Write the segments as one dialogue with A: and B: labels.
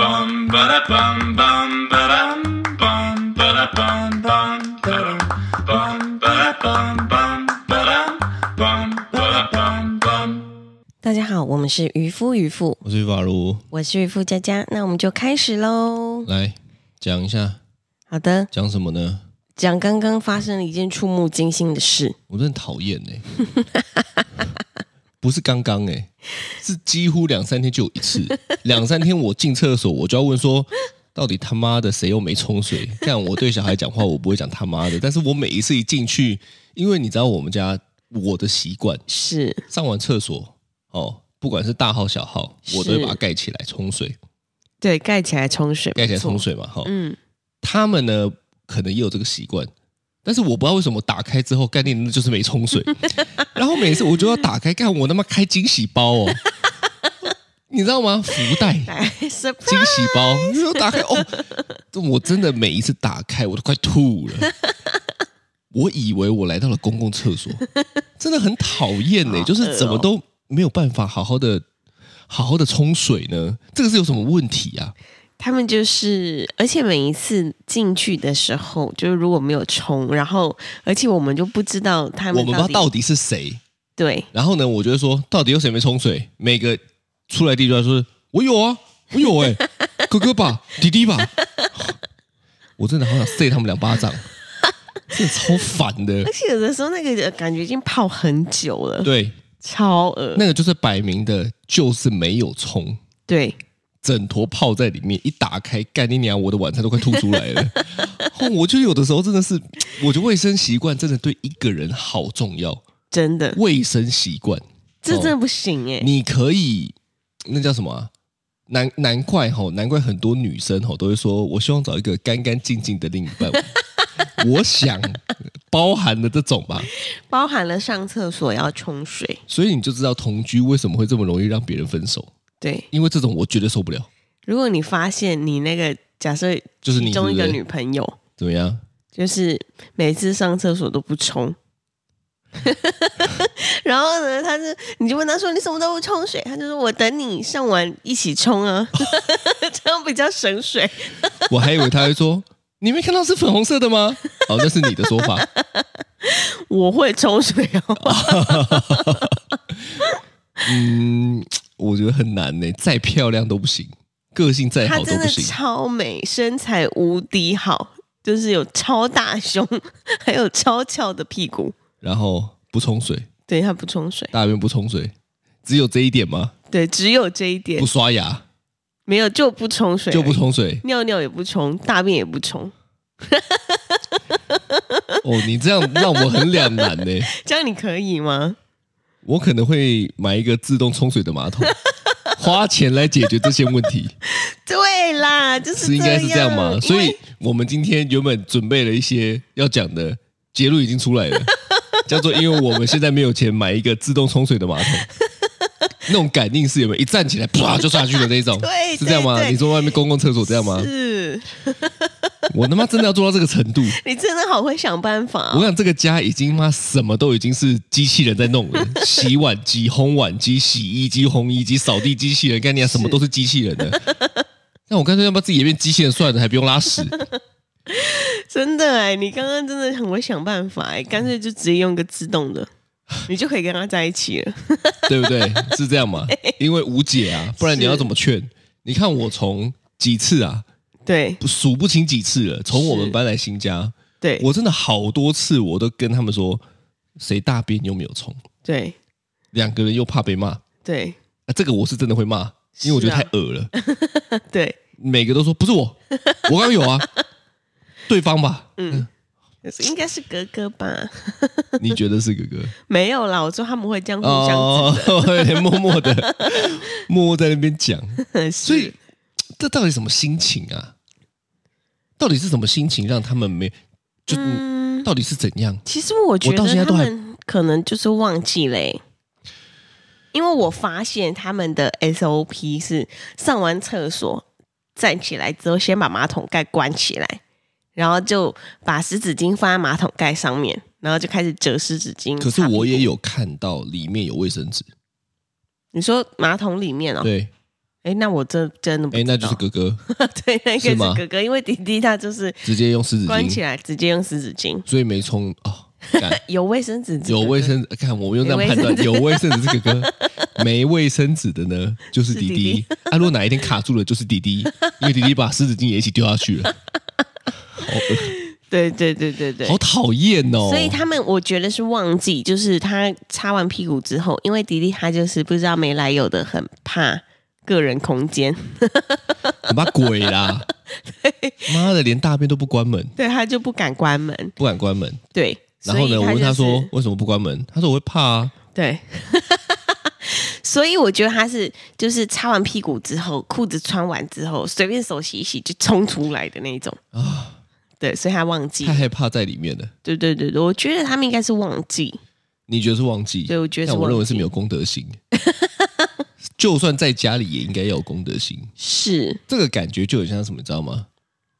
A: bum ba da bum bum ba dum bum ba da bum bum ba dum bum ba da bum bum ba dum bum ba da bum bum.
B: 大家好，我们是渔夫渔妇，
C: 我是法如，
B: 我是渔夫佳佳，那我们就开始喽。
C: 来讲一下，
B: 好的，
C: 讲什么呢？
B: 讲刚刚发生了一件触目惊心的事，
C: 我真的讨厌哎， 不是刚刚哎、是几乎两三天就有一次，两三天我进厕所我就要问说，到底他妈的谁又没冲水？但我对小孩讲话我不会讲他妈的，但是我每一次一进去，因为你知道我们家我的习惯，
B: 是
C: 上完厕所哦，不管是大号小号，我都会
B: 是
C: 把它盖起来冲水，
B: 对盖起来冲水，
C: 盖起来
B: 没错
C: 冲，水嘛，哈、
B: 嗯，
C: 他们呢可能也有这个习惯，但是我不知道为什么打开之后概念就是没 冲水，然后每次我就要打开，干我他妈开惊喜包 哦，你知道吗？福袋。
B: 来 surprise，
C: 惊喜包，然后打开哦，我真的每一次打开我都快 吐了。我以为我来到了公共厕所，真的很讨厌呢、
B: 好哦
C: 就是怎么都没有办法好好的、好好的冲水呢？这个是有什么问题啊？
B: 他们就是，而且每一次进去的时候，就是如果没有冲，然后而且我们就不知道他
C: 我
B: 们
C: 们不知道
B: 底
C: 到底是谁，
B: 对
C: 然后呢，我就会说，到底有谁没冲水？每个出来第一句话说：“我有啊，我有哎、哥哥吧，弟弟吧。” 我真的好想塞他们两巴掌，真的超烦的
B: 而。且有的时候那个感觉已经泡很久了，
C: 对，
B: 超恶
C: 那个就是摆明的，就是没有冲，
B: 对，
C: 整坨泡在里面，一打开，干你娘，我的晚餐都快吐出来了。哦我就有的时候真的是，我觉得卫生习惯真的对一个人好重要，
B: 真的，
C: 卫生习惯。
B: 这
C: 哦
B: 真的不行哎、
C: 你可以，那叫什么、啊？难难怪吼，难怪很多女生吼都会说，我希望找一个干干净净的另一 半。我想包含了这种吧，
B: 包含了上厕所要冲水，
C: 所以你就知道同居为什么会这么容易让别人分手，
B: 对。
C: 因为这种我绝对受不了。
B: 如果你发现你那个假设
C: 就是你
B: 其中一个
C: 对不对
B: 女朋友，
C: 怎么样？
B: 就是每次上厕所都不冲， 然后呢，她是你就问她说你什么都不冲水，她就说我等你上完一起冲啊， 这样比较省水。
C: 我还以为他会说， 你没看到是粉红色的吗？哦，那是你的说 法。
B: 我会冲水哦，
C: 嗯，我觉得很难呢、再漂亮都不行，个性再
B: 她
C: 哎好都
B: 真的
C: 不行。
B: 超美，身材无敌好，就是有超大胸， 还有超翘的屁股。
C: 然后不冲水，
B: 对，她不冲水，
C: 大便不冲水，只有这一点吗？
B: 对，只有这一点
C: 不，刷牙
B: 没有就不冲水，
C: 就不冲 水
B: 尿尿也不冲，大便也不冲，
C: 哦，你这样让我很两难 呢、
B: 这样你可以吗？
C: 我可能会买一个自动冲水的马 桶，花钱来解决这些问题，
B: 对啦，就是
C: 是应该是这样吗？所
B: 因
C: 以
B: 为
C: 我们今天原本准备了一些要讲的，结论已经出 来了，叫做因为我们现在没有钱买一个自动冲水的 马桶。那种感应式有没有一站起来啪就下去的那种？
B: 对
C: 是这样吗
B: 对？对
C: 你说外面公共厕所这样吗？
B: 是
C: 我他妈真的要做到这个程度，
B: 你真的好会想办法
C: 我，想这个家已经妈什么都已经是机器人在弄 了，洗碗机、烘碗机、洗衣机、烘衣机、扫地机器人，干你、啊、什么都是机器人的。那我干脆要不要自己也变机器人算了，还不用拉 屎。
B: 真的哎、你刚刚真的很会想办法哎、干脆就直接用个自动的，你就可以跟他在一起了。
C: 对不对？是这样嘛？因为无解啊，不然你要怎么劝？你看我从几次啊，
B: 对
C: 不数不清几次了。从我
B: 是
C: 们搬来新家，
B: 对，
C: 我真的好多次，我都跟他们说，谁大便又没有冲，
B: 对
C: 两个人又怕被骂啊。
B: 对
C: 这个我是真的会骂，因为我觉得
B: 是
C: 太
B: 啊
C: 恶了。
B: 对，
C: 每个都说不 是我，我刚刚有啊，对方吧？
B: 嗯，应该是格格吧？
C: 你觉得是哥哥？
B: 没有啦，我说他们会 这样互相
C: 哦， 我有点默默的，默默在那边讲。
B: 指，
C: 所 以
B: 是
C: 这到底什么心情啊？到底是什么心情让他们没就、
B: 嗯，
C: 到底是怎样？
B: 其实我觉
C: 我到现
B: 得
C: 在
B: 他
C: 都还
B: 们可能就是忘记嘞、因为我发现他们的 SOP 是上完厕所站起来之后，先把马桶盖关起来，然后就把湿纸巾放在马桶盖上面，然后就开始折湿纸巾。
C: 可是
B: 擦屁股
C: 我也，有看到里面有卫生纸，
B: 你说马桶里面哦，
C: 对，
B: 哎，那我真真的不
C: 哎，
B: 知道
C: 那就是哥哥
B: 对，那个
C: 是吗
B: 是哥哥，因为弟弟他就是
C: 直接用湿纸
B: 关起
C: 巾，
B: 来直接用湿纸巾，
C: 所以没冲哦。干
B: 有卫生纸，
C: 有卫生纸，看我们用这样判断，有
B: 有
C: 卫生纸是哥哥，没卫生纸的呢就是弟
B: 是弟
C: 弟。啊，如果哪一天卡住了，就是弟弟，因为弟弟把湿纸巾也一起丢下去了，呃
B: 对对对对对
C: 好。讨厌哦。
B: 所以他们，我觉得是忘记，就是他擦完屁股之后，因为迪迪他就是不知道没来由的很怕个人空间，
C: 他妈鬼啦！妈的，连大便都不关门，
B: 对他就不敢关门，
C: 不敢关门。
B: 对。
C: 然后
B: 所以
C: 呢，我问
B: 就
C: 他说
B: 是
C: 为什么不关门？他说我会怕啊。
B: 对， 所以我觉得他是就是擦完屁股之后，裤子穿完之后，随便手洗一洗就冲出来的那一种啊。对，所以他忘记
C: 太。害怕在里面了。
B: 对对对对，我觉得他们应该是忘记。
C: 你觉得是忘记？
B: 对我觉得是
C: 但我认为是
B: 忘记
C: 没有公德 心。就算在家里也应该要有公德心。
B: 是
C: 这个感觉就很像什么，你知道吗？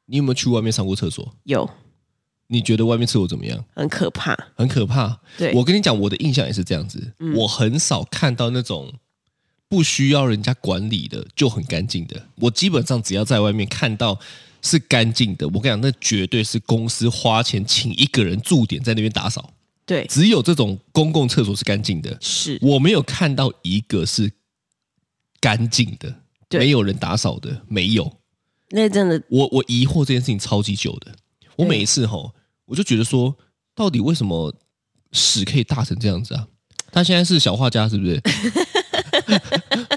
C: 你有没有去外面上过厕所？
B: 有
C: 你觉得外面厕所怎么样？
B: 很可怕，
C: 很可怕。
B: 对嗯
C: 我跟你讲，我的印象也是这样子。我很少看到那种不需要人家管理的就很干净的。我基本上只要在外面看到是干净的，我跟你讲，那绝对是公司花钱请一个人驻点在那边打扫。
B: 对，
C: 只有这种公共厕所是干净的，
B: 是
C: 我没有看到一个是干净的，
B: 对
C: 没有人打扫的，没有。
B: 那真的
C: 我我疑惑这件事情超级久的。我每一次吼，我就觉得说，到底为什么屎可以大成这样子啊？他现在是小画家是不是？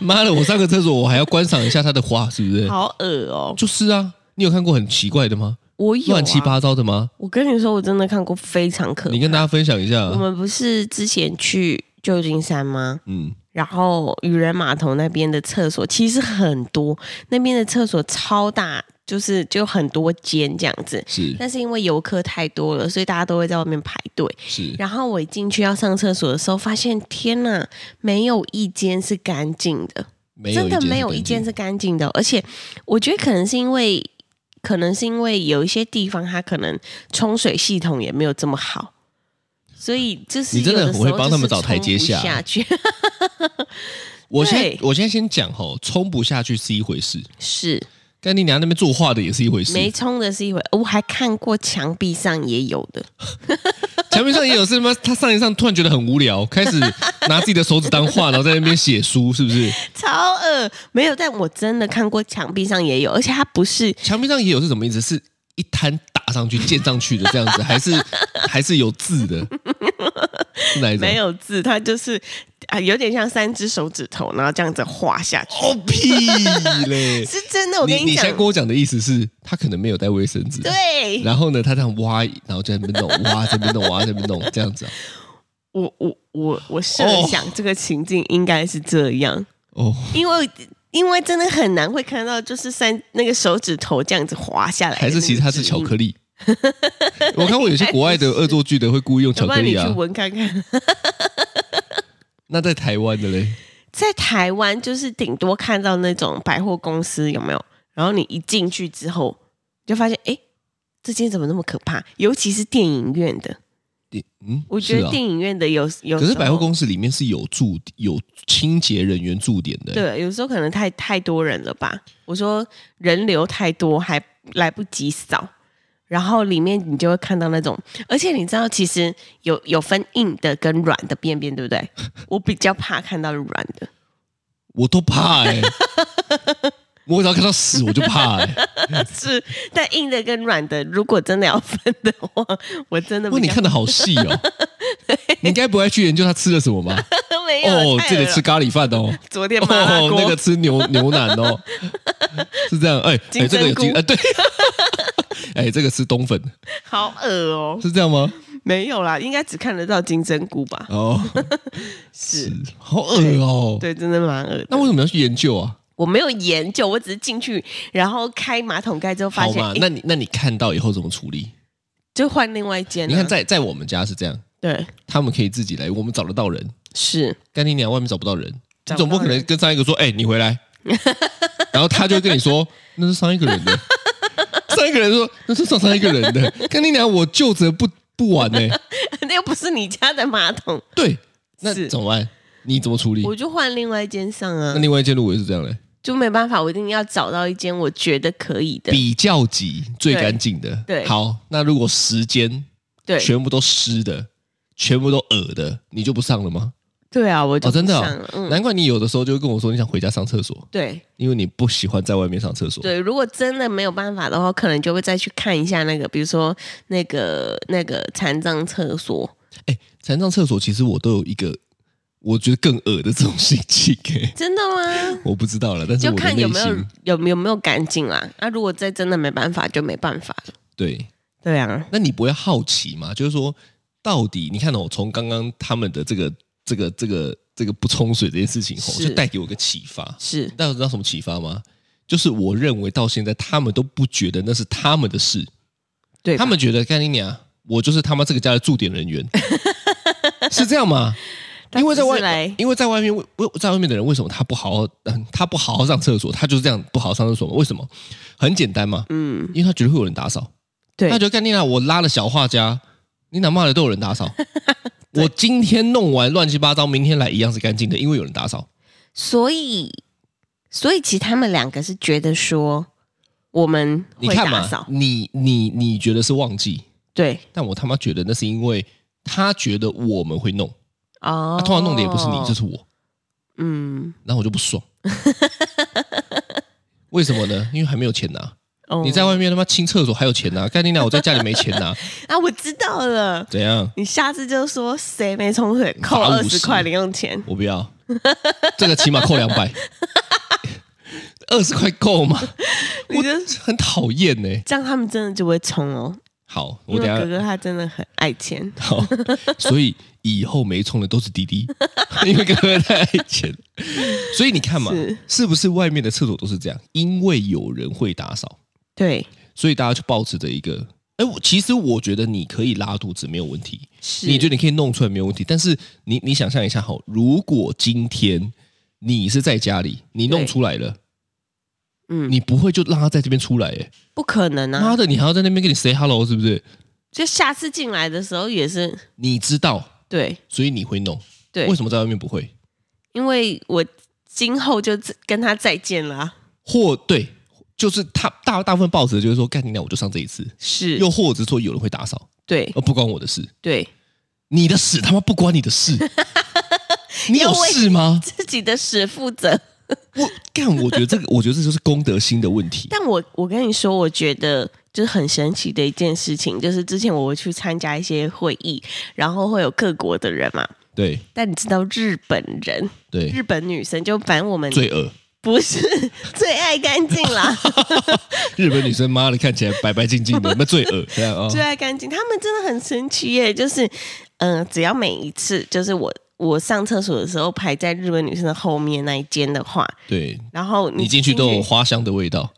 C: 妈的，我上个厕所我还要观赏一下他的画是不是？
B: 好恶哦、
C: 就是啊，你有看过很奇怪的吗？
B: 我有、啊、
C: 乱七八糟的吗？
B: 我跟你说，我真的看过非常可怕
C: 你。跟大家分享一下啊
B: 我。们不是之前去旧金山吗？
C: 嗯，
B: 然后渔人码头那边的厕所其实很多，那边的厕所超大，就是就很多间这样子。
C: 是
B: 但是因为游客太多了，所以大家都会在外面排队。
C: 是，
B: 然后我一进去要上厕所的时候，发现天呐，没有一间是干净的。
C: 没有
B: 真的
C: 是
B: 没有
C: 干
B: 一
C: 净
B: 间是干净的哦，而且我觉得可能是因为，可能是因为有一些地方它可能冲水系统也没有这么好，所以就是
C: 你真的
B: 有时候
C: 很会帮他们
B: 就是
C: 找台阶
B: 冲不
C: 下
B: 下去
C: 我现在
B: 对
C: 我现在先讲吼，冲不下去是一回事，
B: 是
C: 干你娘那边作画的也是一回事，
B: 没冲的是一回，我还看过墙壁上也有的，
C: 墙面上也有是吗？他上一上突然觉得很无聊，开始拿自己的手指当画，然后在那边写书，是不是？
B: 超恶没有，但我真的看过墙壁上也有，而且它不是
C: 墙壁上也有是什么意思？是一滩打上去、溅上去的这样子，还是还是有字的？是哪一种？
B: 没有字，它就是啊有点像三只手指头，然后这样子画下去，
C: 哦屁嘞！
B: 是真的，我跟
C: 你你
B: 讲
C: 先。跟我讲的意思是，他可能没有带卫生纸，。
B: 对，
C: 然后呢，他这样挖，然后就在那边弄，挖在那边弄，挖在那边弄，这样子啊。
B: 我我我我设
C: 哦
B: 想这个情境应该是这样，
C: 哦，
B: 因为因为真的很难会看到，就是三那个手指头这样子滑下来的那
C: 还
B: 个指印，
C: 是其实它是巧克力。我看过有些国外的恶作剧的会故意用巧
B: 要不
C: 克
B: 然
C: 力
B: 你去
C: 啊。
B: 闻看看。
C: 那在台湾的嘞？
B: 在台湾就是顶多看到那种百货公司有没有，然后你一进去之后就发现，哎，这间怎么那么可怕？尤其是电影院的，
C: 电嗯，
B: 我觉
C: 是
B: 得
C: 啊
B: 电影院的有有
C: 可是百货
B: 司
C: 公司里面是有驻有清洁人员驻点的、
B: 对，有时候可能太太多人了吧？我说人流太多，还来不及扫。然后里面你就会看到那种，而且你知道，其实有有分硬的跟软的便便，对不 对？我比较怕看到软的，
C: 我都怕 哎、我只要看到屎我就怕哎、欸。
B: 是但硬的跟软的，如果真的要分的话，我真的
C: 哇，
B: 比
C: 你
B: 较
C: 看的好细哦、你应该不会去研究他吃了什么吧？
B: 没有啊
C: 哦，
B: 太
C: 这里
B: 恶
C: 吃咖喱饭哦，
B: 昨天麻辣
C: 哦，
B: 锅、
C: 那个吃牛牛腩 哦，是这样。哎、哎、
B: 金针
C: 这个有金
B: 菇
C: 哎、对，哎、这个吃冬粉
B: 好恶哦，
C: 是这样吗？
B: 没有啦，应该只看得到金针菇吧？
C: 哦，
B: 是，
C: 好恶哦、
B: 对，真的蛮恶的。
C: 那为什么要去研究啊？
B: 我没有研究，我只是进去，然后开马桶盖之后发
C: 好
B: 现，
C: 嘛，
B: 诶
C: 那你那你看到以后怎么处理？
B: 就换另外一间、啊。
C: 你看在在我们家是这样，
B: 对
C: 他们可以自己来，我们找得到人。
B: 是
C: 干你娘，外面找不到人，
B: 找不到
C: 你总不可能跟上一个说：“哎、你 回来。”然后他就会跟你说：“那是上一个人的。” 上一个人说：“那是上上一个人的。”干你娘，我就责不不完呢、
B: 那又不是你家的马桶，
C: 对，那
B: 是
C: 怎么办？你怎么处理？
B: 我就换另外一间上啊
C: 那。另外一间路也是这样嘞、
B: 就没办法，我一定要找到一间我觉得可以的。
C: 比较级最
B: 对
C: 干净的。
B: 对
C: 好，那如果时间
B: 对
C: 全部都湿的，全部都恶的，你就不上了吗？
B: 对啊，我就
C: 哦，真的
B: 不
C: 哦、
B: 上了嗯，
C: 难怪你有的时候就会跟我说你想回家上厕所，
B: 对
C: 因为你不喜欢在外面上厕所。
B: 对，如果真的没有办法的话，可能就会再去看一下那个，比如说那个那个残障厕所。
C: 哎，残障厕所其实我都有一个我觉得更恶的这种心情、 哎，
B: 真的 吗？
C: 我不知道了，但是
B: 就
C: 我的
B: 看有
C: 内
B: 没有
C: 心
B: 有有没有干净啦。那、如果再真的没办法，就没办法了。
C: 对。
B: 对啊，
C: 那你不会好奇吗？就是说，到底你看哦，从刚刚他们的这个这个这个这个不冲水这件事情后，
B: 是
C: 就带给我一个启发。
B: 是
C: 大家知道什么启发吗？就是我认为到现在他们都不觉得那是他们的事，
B: 对吧
C: 他们觉得干你娘，我就是他妈这个家的驻点 人员，是这样吗？
B: 他
C: 因为在
B: 只是来
C: 外，因为在外面，为为在外面的人为什么他不好好，嗯他不好好上厕所，他就是这样不好好上厕所嘛？为什么？很简单嘛，
B: 嗯，
C: 因为他觉得会有人打扫，
B: 对
C: 他觉得干你娘，我拉了小画家，你哪骂的都有人打 扫，我今天弄完乱七八糟，明天来一样是干净的，因为有人打扫。
B: 所以，所以其实他们两个是觉得说我们
C: 你
B: 会
C: 看
B: 打
C: 嘛
B: 扫，，
C: 你你你觉得是忘记，
B: 对
C: 但我他妈觉得那是因为他觉得我们会弄，
B: 哦
C: 他、，啊通常弄的也不是你，就是我，
B: 嗯，
C: 然后我就不爽。 为什么呢？因为还没有钱拿、
B: 哦
C: 你在外面他妈清厕所还有钱拿、干你娘！我在家里没钱拿、
B: 啊，我知道了。
C: 怎样？
B: 你下次就说谁没冲水扣
C: 罚
B: 二
C: 50
B: 十块零用钱，
C: 我不要，这个起码扣两百，二十块够吗？
B: 你就
C: 很讨厌呢。
B: 这样他们真的就会冲哦。
C: 好，我
B: 因
C: 等
B: 为
C: 一
B: 哥
C: 下
B: 哥他真的很爱钱，
C: 好，所以以后没充的都是 滴滴，因为哥哥太爱钱。所以你看嘛，
B: 是
C: 是不是外面的厕所都是这样？因为有人会打扫，
B: 对，
C: 所以大家就保持着一个。哎，我其实我觉得你可以拉肚子没有问题，
B: 是
C: 你觉得你可以弄出来没有问题。但是你你想象一下好，如果今天你是在家里，你弄
B: 对
C: 出来了，
B: 嗯
C: 你不会就让他在这边出来、哎，
B: 不可能啊
C: 妈！的，你还要在那边跟你 say hello 是不是？
B: 就下次进来的时候也是
C: 你知道，
B: 对
C: 所以你会弄。
B: 对
C: 为，什么在外面不会？
B: 因为我今后就跟他再见了啊，
C: 或对，就是他大大部分报纸就是说，干你娘，我就上这一次。
B: 是
C: 又或者说有人会打扫，
B: 对
C: 呃，不关我的事，
B: 对，
C: 你的屎他妈不关你 的事，你有
B: 又为
C: 事吗？
B: 自己的屎负责。
C: 我干，我觉得这个，我觉得这就是公德心的问题。
B: 但我我跟你说，我觉得就是很神奇的一件事情，就是之前我去参加一些会议，然后会有各国的人嘛。
C: 对
B: 但你知道日本人、
C: 对，
B: 日本女生，就反正我们
C: 罪恶，
B: 不是 最爱干净 啦，
C: 哦日本女生妈的看起来白白净净的，那罪恶，这样啊、
B: 最爱干净。他们真的很神奇耶，就是嗯、呃只要每一次就是我我上厕所的时候排在日本女生的后面那一间的话，
C: 对
B: 然后
C: 你进去都有花香的味道，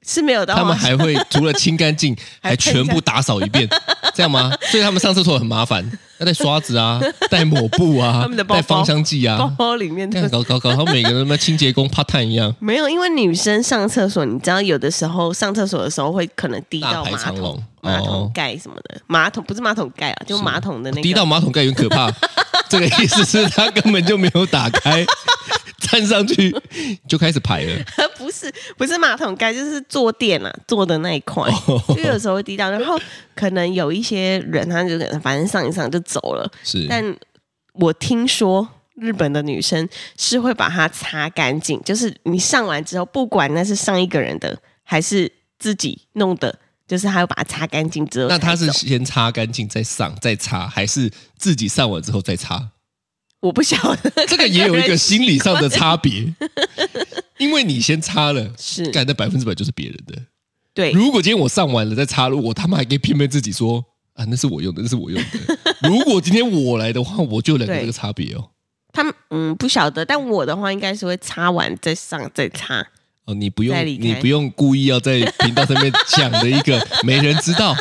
B: 是没有的话，
C: 他们还会除了清干净，
B: 还
C: 还全部打扫一遍，这样吗？所以他们上厕所很麻烦，要带刷子啊，带抹布啊
B: 他们的，包包
C: 带芳香剂
B: 包
C: 啊，
B: 包里面
C: 这
B: 都
C: 样搞搞搞，他们每个人他妈清洁工怕炭一样，
B: 没有，因为女生上厕所，你知道，有的时候上厕所的时候会可能滴
C: 大
B: 到
C: 排
B: 马
C: 长
B: 桶
C: 龙、
B: 马
C: 哦
B: 桶盖什么的，马桶不是马桶盖啊，就马桶的那个
C: 滴到马桶盖有点可怕。这个意思是他根本就没有打开， 站上去就开始排了。
B: 不是不是马桶盖，就是坐垫啊，坐的那一 块，就有时候会滴到，然后可能有一些人他就可能反正上一上就走了，
C: 是，
B: 但我听说。日本的女生是会把它擦干净，就是你上完之后，不管那是上一个人的还是自己弄的，就是她要把它擦干净之后才
C: 那
B: 走。
C: 他是先擦干净再上再擦，还是自己上完之后再 擦？
B: 我不晓 得，
C: 这个也有一个心理上的差别， 因为你先擦了，
B: 是
C: 干的百分之百就是别人的。
B: 对，
C: 如果今天我上完了再擦，我他妈还可以骗骗自己说啊，那是我用的，那是我用的。 如果今天我来的话，我就有两个
B: 对
C: 这个差别哦。
B: 他们嗯不晓得，但我的话应该是会擦完再上再擦，
C: 哦，你不用
B: 再离开
C: 你不用故意要在频道上面讲的一个没人知道，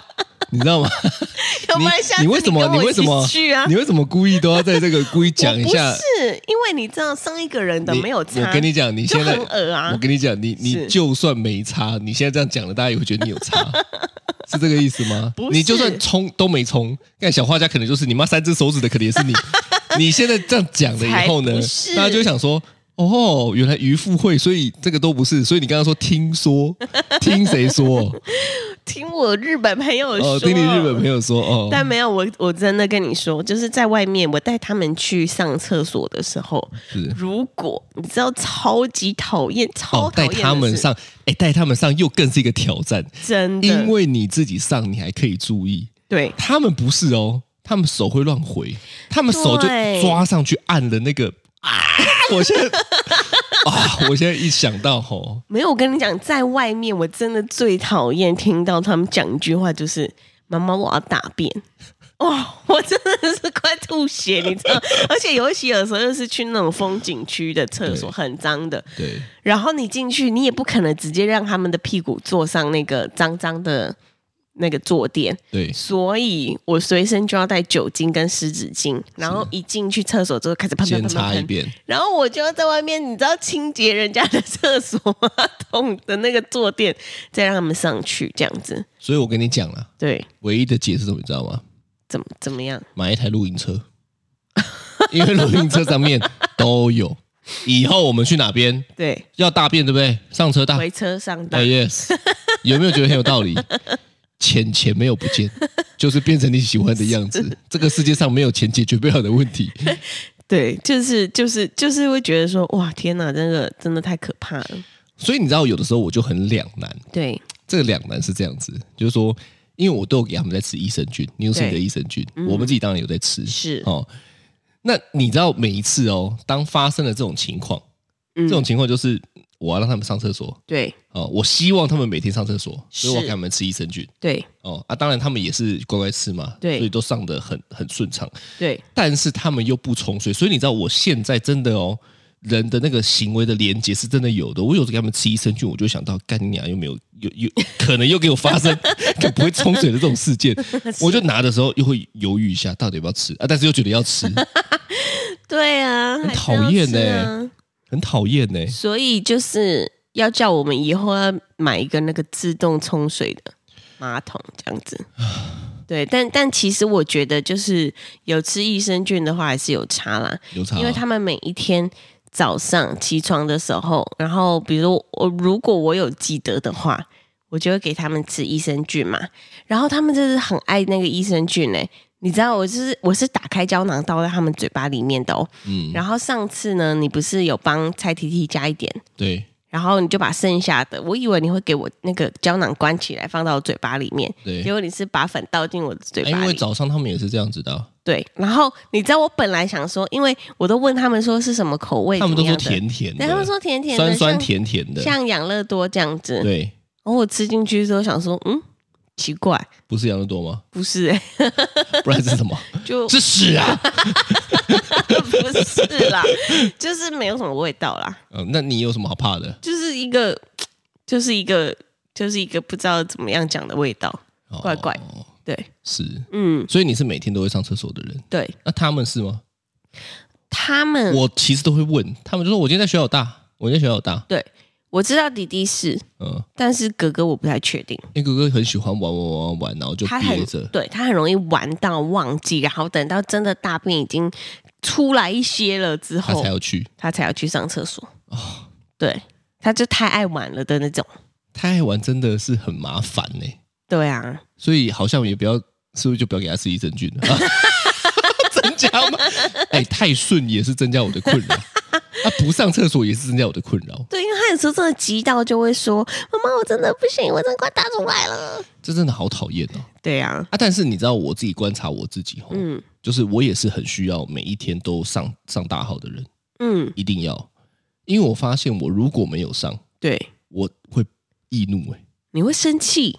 C: 你知道吗？
B: 要不然下次
C: 你为什么
B: 跟我
C: 你为什么
B: 一起去啊？
C: 你为什么故意都要在这个故意讲一
B: 我
C: 下
B: 不？是因为你知道上一个人的
C: 你
B: 没有擦，
C: 我跟你讲，你
B: 就
C: 现在
B: 很恶啊
C: 我跟你讲，你你
B: 是
C: 就算没擦，你现在这样讲了，大家也会觉得你有 擦，是这个意思吗
B: 不？是
C: 你就算冲都没冲，但小画家 可能就是你妈三只手指的，可能也是你。你现在这样讲了以后呢
B: 才不，是
C: 大家就会想说。哦，原来渔夫会，所以这个都不是。所以你刚刚说听 说，听谁说？
B: 听我日本朋友说，
C: 哦，听你日本朋友说，哦，
B: 但没有，我我真的跟你说，就是在外面，我带他们去上厕所的时候，
C: 是
B: 如果你知道超级讨厌，超讨
C: 哦，带
B: 厌、
C: 他们，上，哎，带他们上又更是一个挑战，
B: 真的，
C: 因为你自己上你还可以注意，
B: 对
C: 他们不是哦，他们手会乱回，他们手就
B: 对
C: 抓上去按了那个啊，我现在啊，我现在一想到吼，
B: 没有，我跟你讲，在外面我真的最讨厌听到他们讲一句话，就是“妈妈，我要大便”。 哦，我真的是快吐血，你 知道？而且尤其有时候又是去那种风景区的厕所，
C: 对
B: 很脏的。
C: 对，
B: 然后你进去，你也不可能直接让他们的屁股坐上那个脏脏的那个坐垫，
C: 对，
B: 所以我随身就要带酒精跟湿纸巾。然后一进去厕所之后，开始喷喷
C: 先
B: 喷喷
C: 擦一
B: 喷。
C: 遍，
B: 然后我就要在外面，你知道清洁人家的厕所马桶的那个坐垫，再让他们上去这样子。
C: 所以我跟你讲了，
B: 对，
C: 唯一的解是什么，你知道吗？
B: 怎么怎么样？
C: 买一台露营车， 因为露营车上面都有。以后我们去哪边
B: 对，
C: 要大便，对不对？上车大。
B: 回车上大
C: 哎、。yes，有没有觉得很有道理？钱钱没有不见，就是变成你喜欢的样子。这个世界上没有钱解决不了的问题。
B: 对，就是就是就是会觉得说，哇，天哪，这个真的太可怕了。
C: 所以你知道，有的时候我就很两难。
B: 对，
C: 这个两难是这样子，就是说，因为我都有给他们在吃益生菌，你有吃你的
B: 对嗯
C: 益生菌，我们自己当然有在吃。
B: 是，
C: 哦，那你知道每一次哦，当发生了这种情况，
B: 嗯
C: 这种情况就是我要让他们上厕所
B: 对
C: 哦，我希望他们每天上厕所，
B: 是
C: 所以我给他们吃益生菌
B: 对
C: 哦啊，当然他们也是乖乖吃嘛，
B: 对
C: 所以都上的很很顺畅，
B: 对，
C: 但是他们又不冲水，所以你知道我现在真的哦。人的那个行为的连接是真的有的，我有时候给他们吃益生菌，我就想到干你娘又没有，又又可能又给我发生 可不会冲水的这种 事件，我就拿的时候又会犹豫一下，到底要不要吃啊？但是又觉得要吃，
B: 对啊，
C: 很
B: 还是
C: 讨
B: 要
C: 厌欸
B: 吃
C: 呢
B: 啊
C: 很讨厌呢、
B: 所以就是要叫我们以后要买一个那个自动冲水的马桶，这样子。对，但但其实我觉得，就是有吃益生菌的话，还是有差啦，
C: 有差、啊，
B: 因为他们每一天早上起床的时候，然后比如我如果我有记得的话，我就会给他们吃益生菌嘛，然后他们就是很爱那个益生菌呢、你知道我就是我是打开胶囊倒在他们嘴巴里面的哦，
C: 嗯，
B: 然后上次呢，你不是有帮蔡 T T 加一点，
C: 对
B: 然后你就把剩下的，我以为你会给我那个胶囊关起来放到我嘴巴里面，
C: 对
B: 结，果你是把粉倒进我的嘴
C: 哎
B: 巴
C: 因为
B: 里。
C: 早上他们也是这样子的啊、
B: 对，然后你知道我本来想说，因为我都问他们说是什么口味，
C: 他们都
B: 怎么
C: 说
B: 样的
C: 甜甜的，
B: 对，他们说甜甜的，
C: 酸酸
B: 像
C: 甜甜的，
B: 像养乐多这样子。
C: 对，
B: 然后我吃进去的时候想说，嗯，奇怪，
C: 不是羊肉多吗？
B: 不是、欸，
C: 不然是什么？
B: 就是
C: 屎啊！
B: 不是啦， 就是没有什么味道啦。
C: 嗯，那你有什么好怕的？
B: 就是一个，就是一个，就是一个不知道怎么样讲的味道。
C: 哦
B: 怪怪对，
C: 是，
B: 嗯，
C: 所以你是每天都会上厕所的人，
B: 对，
C: 那他们是吗？
B: 他们
C: 我其实都会问他们，就说我今天在学校大，我今天在学校大，
B: 对我知道弟弟是，
C: 嗯，
B: 但是哥哥我不太确定，
C: 因为哥哥很喜欢玩玩玩玩玩，然后就
B: 他
C: 憋
B: 很
C: 着，
B: 对他很容易玩到忘记，然后等到真的大便已经出来一些了之
C: 他
B: 后
C: 才，要哦去，
B: 他才要去上厕所。对，他就太爱玩了的那种。
C: 太爱玩真的是很麻烦呢、
B: 对啊，
C: 所以好像也不要，是不是就不要给他吃益生菌了？ 增加吗？哎、太顺也是增加我的困 扰，啊，不上厕所也是增加我的困扰，
B: 对，因为他有时候真的急到就会说：“妈妈，我真的不行，我真的快大出来了。
C: 这真的好讨厌哦。”
B: 对啊，
C: 啊，但是你知道我自己观察我自己哦，
B: 嗯
C: 就是我也是很需要每一天都上上大号的人，
B: 嗯，
C: 一定要，因为我发现我如果没有上，
B: 对，
C: 我会易怒哎、
B: 你会生气。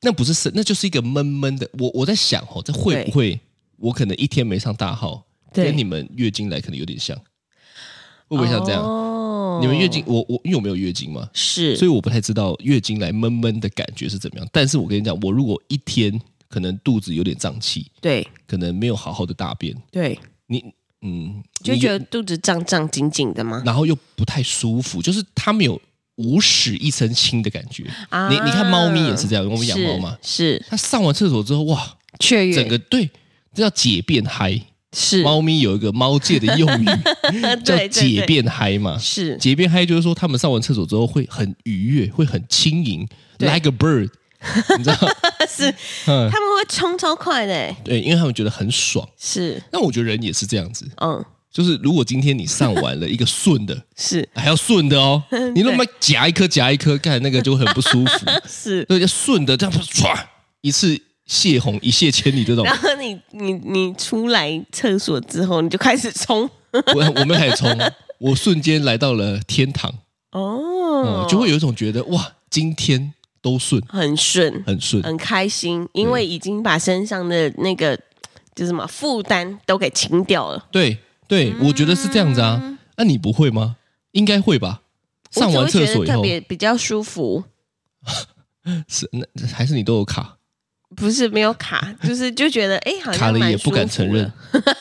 C: 那不是生，那就是一个闷闷的。我我在想哦，这会不会我可能一天没上大号，
B: 对
C: 跟你们月经来可能有点像，会不会像这样？
B: 哦
C: 你们月经，我我因为我没有月经嘛，
B: 是，
C: 所以我不太知道月经来闷闷的感觉是怎么样。但是我跟你讲，我如果一天可能肚子有点胀气，
B: 对
C: 可能没有好好的大便，
B: 对，
C: 你嗯，
B: 就
C: 你
B: 觉得肚子胀胀紧紧的吗？
C: 然后又不太舒服，就是它没有无屎一身轻的感觉。
B: 啊
C: 你你看猫咪也是这样，我们养猫嘛，
B: 是
C: 它上完厕所之后，哇，
B: 雀跃，
C: 整个对，这叫解便嗨，
B: 是
C: 猫咪有一个猫界的 用语叫
B: 对对
C: 解便嗨嘛，
B: 是
C: 解便嗨就是说他们上完厕所之后会很愉悦，会很轻盈
B: 对
C: ，like a bird，你知道？
B: 是，
C: 嗯，
B: 他们会冲超快的欸，
C: 对，因为他们觉得很爽。
B: 是
C: 那我觉得人也是这样子，
B: 嗯
C: 就是如果今天你上完了一个顺的，
B: 是
C: 还要顺的哦，你那么夹一颗夹一颗，干那个就很不舒服。
B: 是，
C: 对，就顺的这样唰一次泄洪一泻千 里这种，
B: 然后你你你出来厕所之后，你就开始冲
C: 我我们开始冲，我瞬间来到了天堂，
B: 哦
C: 嗯，，就会有一种觉得哇，今天都顺，
B: 很顺，
C: 很顺，
B: 很开
C: 嗯
B: 心，因为已经把身上的那个就是什么负担都给清掉了。
C: 对对，
B: 嗯
C: 我觉得是这样子啊。那、你不会吗？应该会吧。
B: 我
C: 上
B: 只
C: 完
B: 会觉
C: 厕
B: 得
C: 所以
B: 特
C: 后
B: 别比较舒服，
C: 是那还是你都有卡
B: 不是没有 卡，就是就觉得哎、好
C: 卡
B: 像
C: 了
B: 蛮
C: 也不敢
B: 舒服
C: 承认
B: 的。，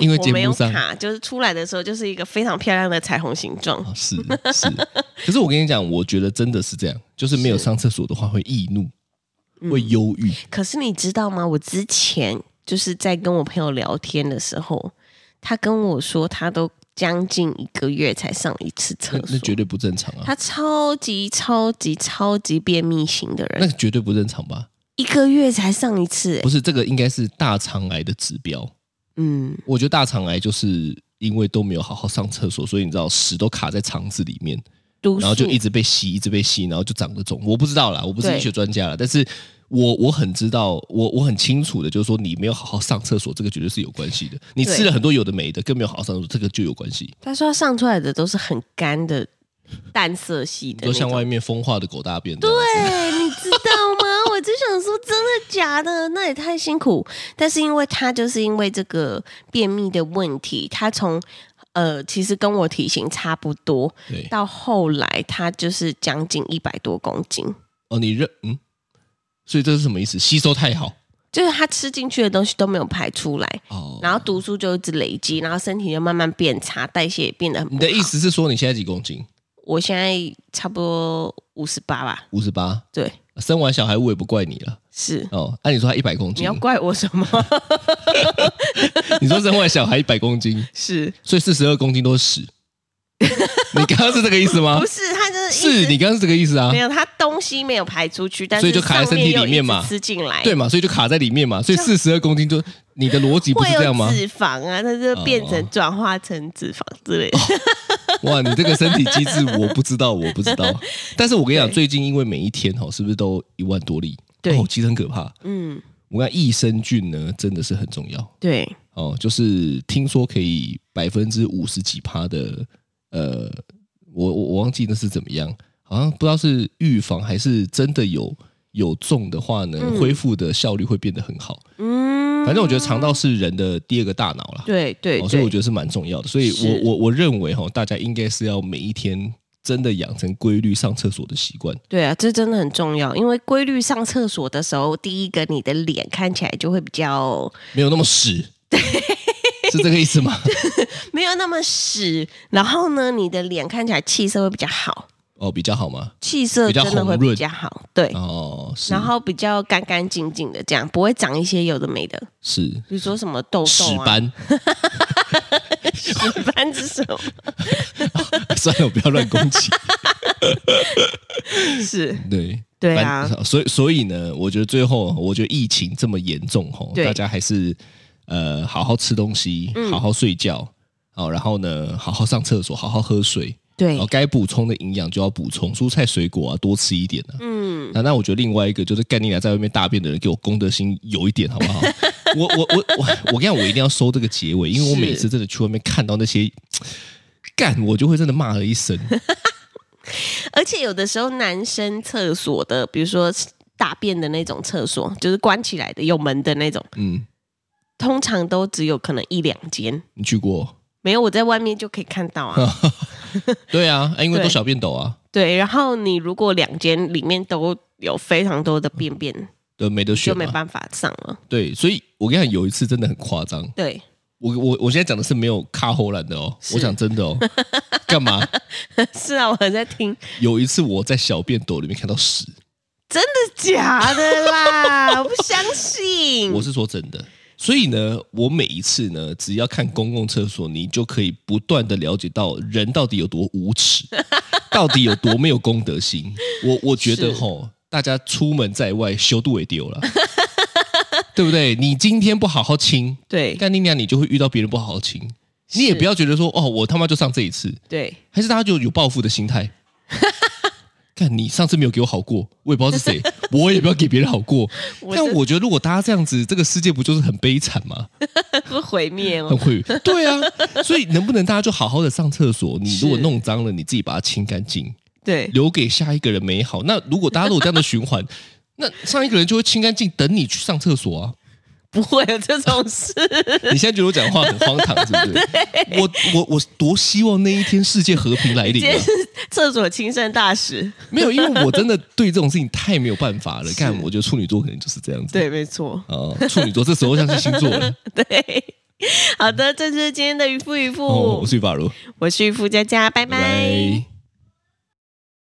C: 因为
B: 我
C: 节
B: 没有
C: 目上
B: 卡，就是出来的时候就是一个非常漂亮的彩虹形状。
C: 啊是是。可是我跟你讲，我觉得真的是这样，就是没有上厕所的话会易怒，
B: 嗯
C: 会忧郁。
B: 可是你知道吗？我之前就是在跟我朋友聊天的时候，他跟我说他都将近一个月才上一次厕
C: 那
B: 所，
C: 那绝对不正常啊，
B: 他超级超级超级便秘型的人
C: 那，绝对不正常吧？
B: 一个月才上一次、欸
C: 不是这个应该是大肠癌的指标。
B: 嗯，
C: 我觉得大肠癌就是因为都没有好好上厕所，所以你知道屎都卡在肠子里面，
B: 毒素，
C: 然后就一直被吸，一直被吸，然后就长得肿。我不知道啦，我不是
B: 对
C: 医学专家啦，但是我我很知道，我我很清楚的，就是说你没有好好上厕所，这个绝对是有关系的。你
B: 对
C: 吃了很多有的没的，更没有好好上厕所，这个就有关系。
B: 他说他上出来的都是很干的淡色系的
C: 都
B: 那
C: 像
B: 种，
C: 外面风化的狗大便这样子，
B: 对，你知道 吗？我就想说，真的假的？那也太辛苦。但是因为他就是因为这个便秘的问题，他从呃，其实跟我体型差不多，
C: 对
B: 到后来他就是将近一百多公斤，
C: 哦，你认嗯，所以这是什么意思？吸收太好
B: 就是他吃进去的东西都没有排出来，
C: 哦。
B: 然后毒素就一直累积，然后身体就慢慢变差，代谢也变得很不
C: 你的
B: 好
C: 意？思是说你现在几公斤？
B: 我现在差不多五十八吧，
C: 五十八，
B: 对，
C: 生完小孩我也不怪你了。
B: 是。
C: 哦，按、理你说他一百公
B: 你
C: 斤
B: 要，怪我什么？
C: 你说生完小孩一百公斤，
B: 是
C: 所以四十二公斤都是 屎。你刚刚是这个意思吗
B: 不？是？他就是一直
C: 是你刚刚是这个意思啊
B: 没？有，它东西没有排出去，但是
C: 所以就卡在身体
B: 上
C: 里面嘛
B: 又一直吃进来，
C: 对，嘛，所以就卡在里面嘛，所以四十二公斤就你的逻辑不
B: 会
C: 是这样
B: 有
C: 吗？
B: 脂肪啊，它就变
C: 哦
B: 成转化成脂肪之类的。
C: 哇，你这个身体机制我不知道，我 不知道。但是我跟你讲，
B: 对
C: 最近因为每一天哦，是不是都一万多例？
B: 对
C: 哦，其实很可怕。
B: 嗯，
C: 我看益生菌呢，真的是很重要
B: 对，
C: 哦，就是听说可以百分之五十几趴的，呃，我我我忘记那是怎么样，好像不知道是预防还是真的有有中的话呢，
B: 嗯
C: 恢复的效率会变得很好。
B: 嗯，
C: 反正我觉得肠道是人的第二个大脑啦，
B: 对对
C: 哦，所以我
B: 得
C: 觉得是蛮重要的。所以
B: 是
C: 我我我认为哈、哦大家应该是要每一天真的养成规律上厕所的习惯。
B: 对啊，这真的很重要，因为规律上厕所的时候，第一个你的脸看起来就会比较
C: 没有那么屎，是这个意思吗？
B: 没有那么屎，然后呢，你的脸看起来气色会比较好，
C: 哦，比较好吗？
B: 气色
C: 比较
B: 真的会
C: 红润
B: 比较好，对。
C: 哦，是
B: 然后比较干干净净的，这样不会长一些有的没的，
C: 是
B: 比如说什么痘
C: 屎
B: 痘啊，
C: 斑，
B: 屎斑是什么？
C: 算了，我不要乱攻击。
B: 是，
C: 对。
B: 对啊
C: 反，所以所以呢，我觉得最后，我觉得疫情这么严重吼，
B: 对
C: 大家还是呃好好吃东西，好好睡觉，哦，然后呢，好好上厕所，好好喝水，
B: 对
C: 然后，该补充的营养就要补充，蔬菜水果啊多吃一点啊。
B: 嗯，
C: 那那我觉得另外一个就是干你俩在外面大便的人，给我公德心有一点好不好？我我我我我跟你讲，我一定要收这个结尾，因为我
B: 是
C: 每次真的去外面看到那些干，我就会真的骂了一声。
B: 而且有的时候男生厕所的，比如说大便的那种厕所，就是关起来的有门的那种，
C: 嗯，
B: 通常都只有可能一两间，
C: 你去过？
B: 没有我在外面就可以看到啊。
C: 对啊，啊因为都
B: 对
C: 小便斗啊，
B: 对，然后你如果两间里面都有非常多的便便，
C: 对，没得
B: 就
C: 选
B: 没
C: 嘛。
B: 办法上了。
C: 对，所以我跟你讲，有一次真的很夸张。
B: 对，
C: 我我我现在讲的是没有卡后兰的哦，我讲 真的哦。干嘛？
B: 是啊，我在听，
C: 有一次我在小便斗里面看到屎，
B: 真的假的啦？我不相信，嗯
C: 我是说真的，所以呢，我每一次呢，只要看公共厕所，你就可以不断的了解到人到底有多无 耻，到底有多没有公德心。我我觉得
B: 是
C: 吼，大家出门在外，修度也丢了，对不对？你今天不好好清，
B: 对
C: 干你娘，你就会遇到别人不好好清。你也
B: 是
C: 不要觉得说哦，我他妈就上这一次，
B: 对，
C: 还是大家就有报复的心态。看你上次没有给我好过，我也不知道是谁，我也不要给别人好过。
B: 我
C: 但
B: 真
C: 我觉得，如果大家这样子，这个世界不就是很悲惨吗？
B: 会毁灭
C: 很
B: 哦。
C: 会，对啊。所以能不能大家就好好的上厕所？你
B: 是
C: 如果弄脏了，你自己把它清干净，
B: 对，
C: 留给下一个人美好。那如果大家都有这样的循环， 那上一个人就会清干净，等你去上厕所啊。
B: 不会有这种 事。
C: 你现在觉得我讲话很荒唐，是不是？我我我多希望那一天世界和平来
B: 今
C: 临、啊
B: 天。是厕所亲生大使，
C: 没有，因为我真的对这种事情太没有办 法了。看，我觉得处女座可能就是这样子。
B: 对，没错，
C: 哦，处女座这时候像是星座 了。
B: 对。哦好的，这就是今天的渔夫渔夫，
C: 哦哦，我是法如，
B: 我是渔夫佳佳，拜
C: 拜拜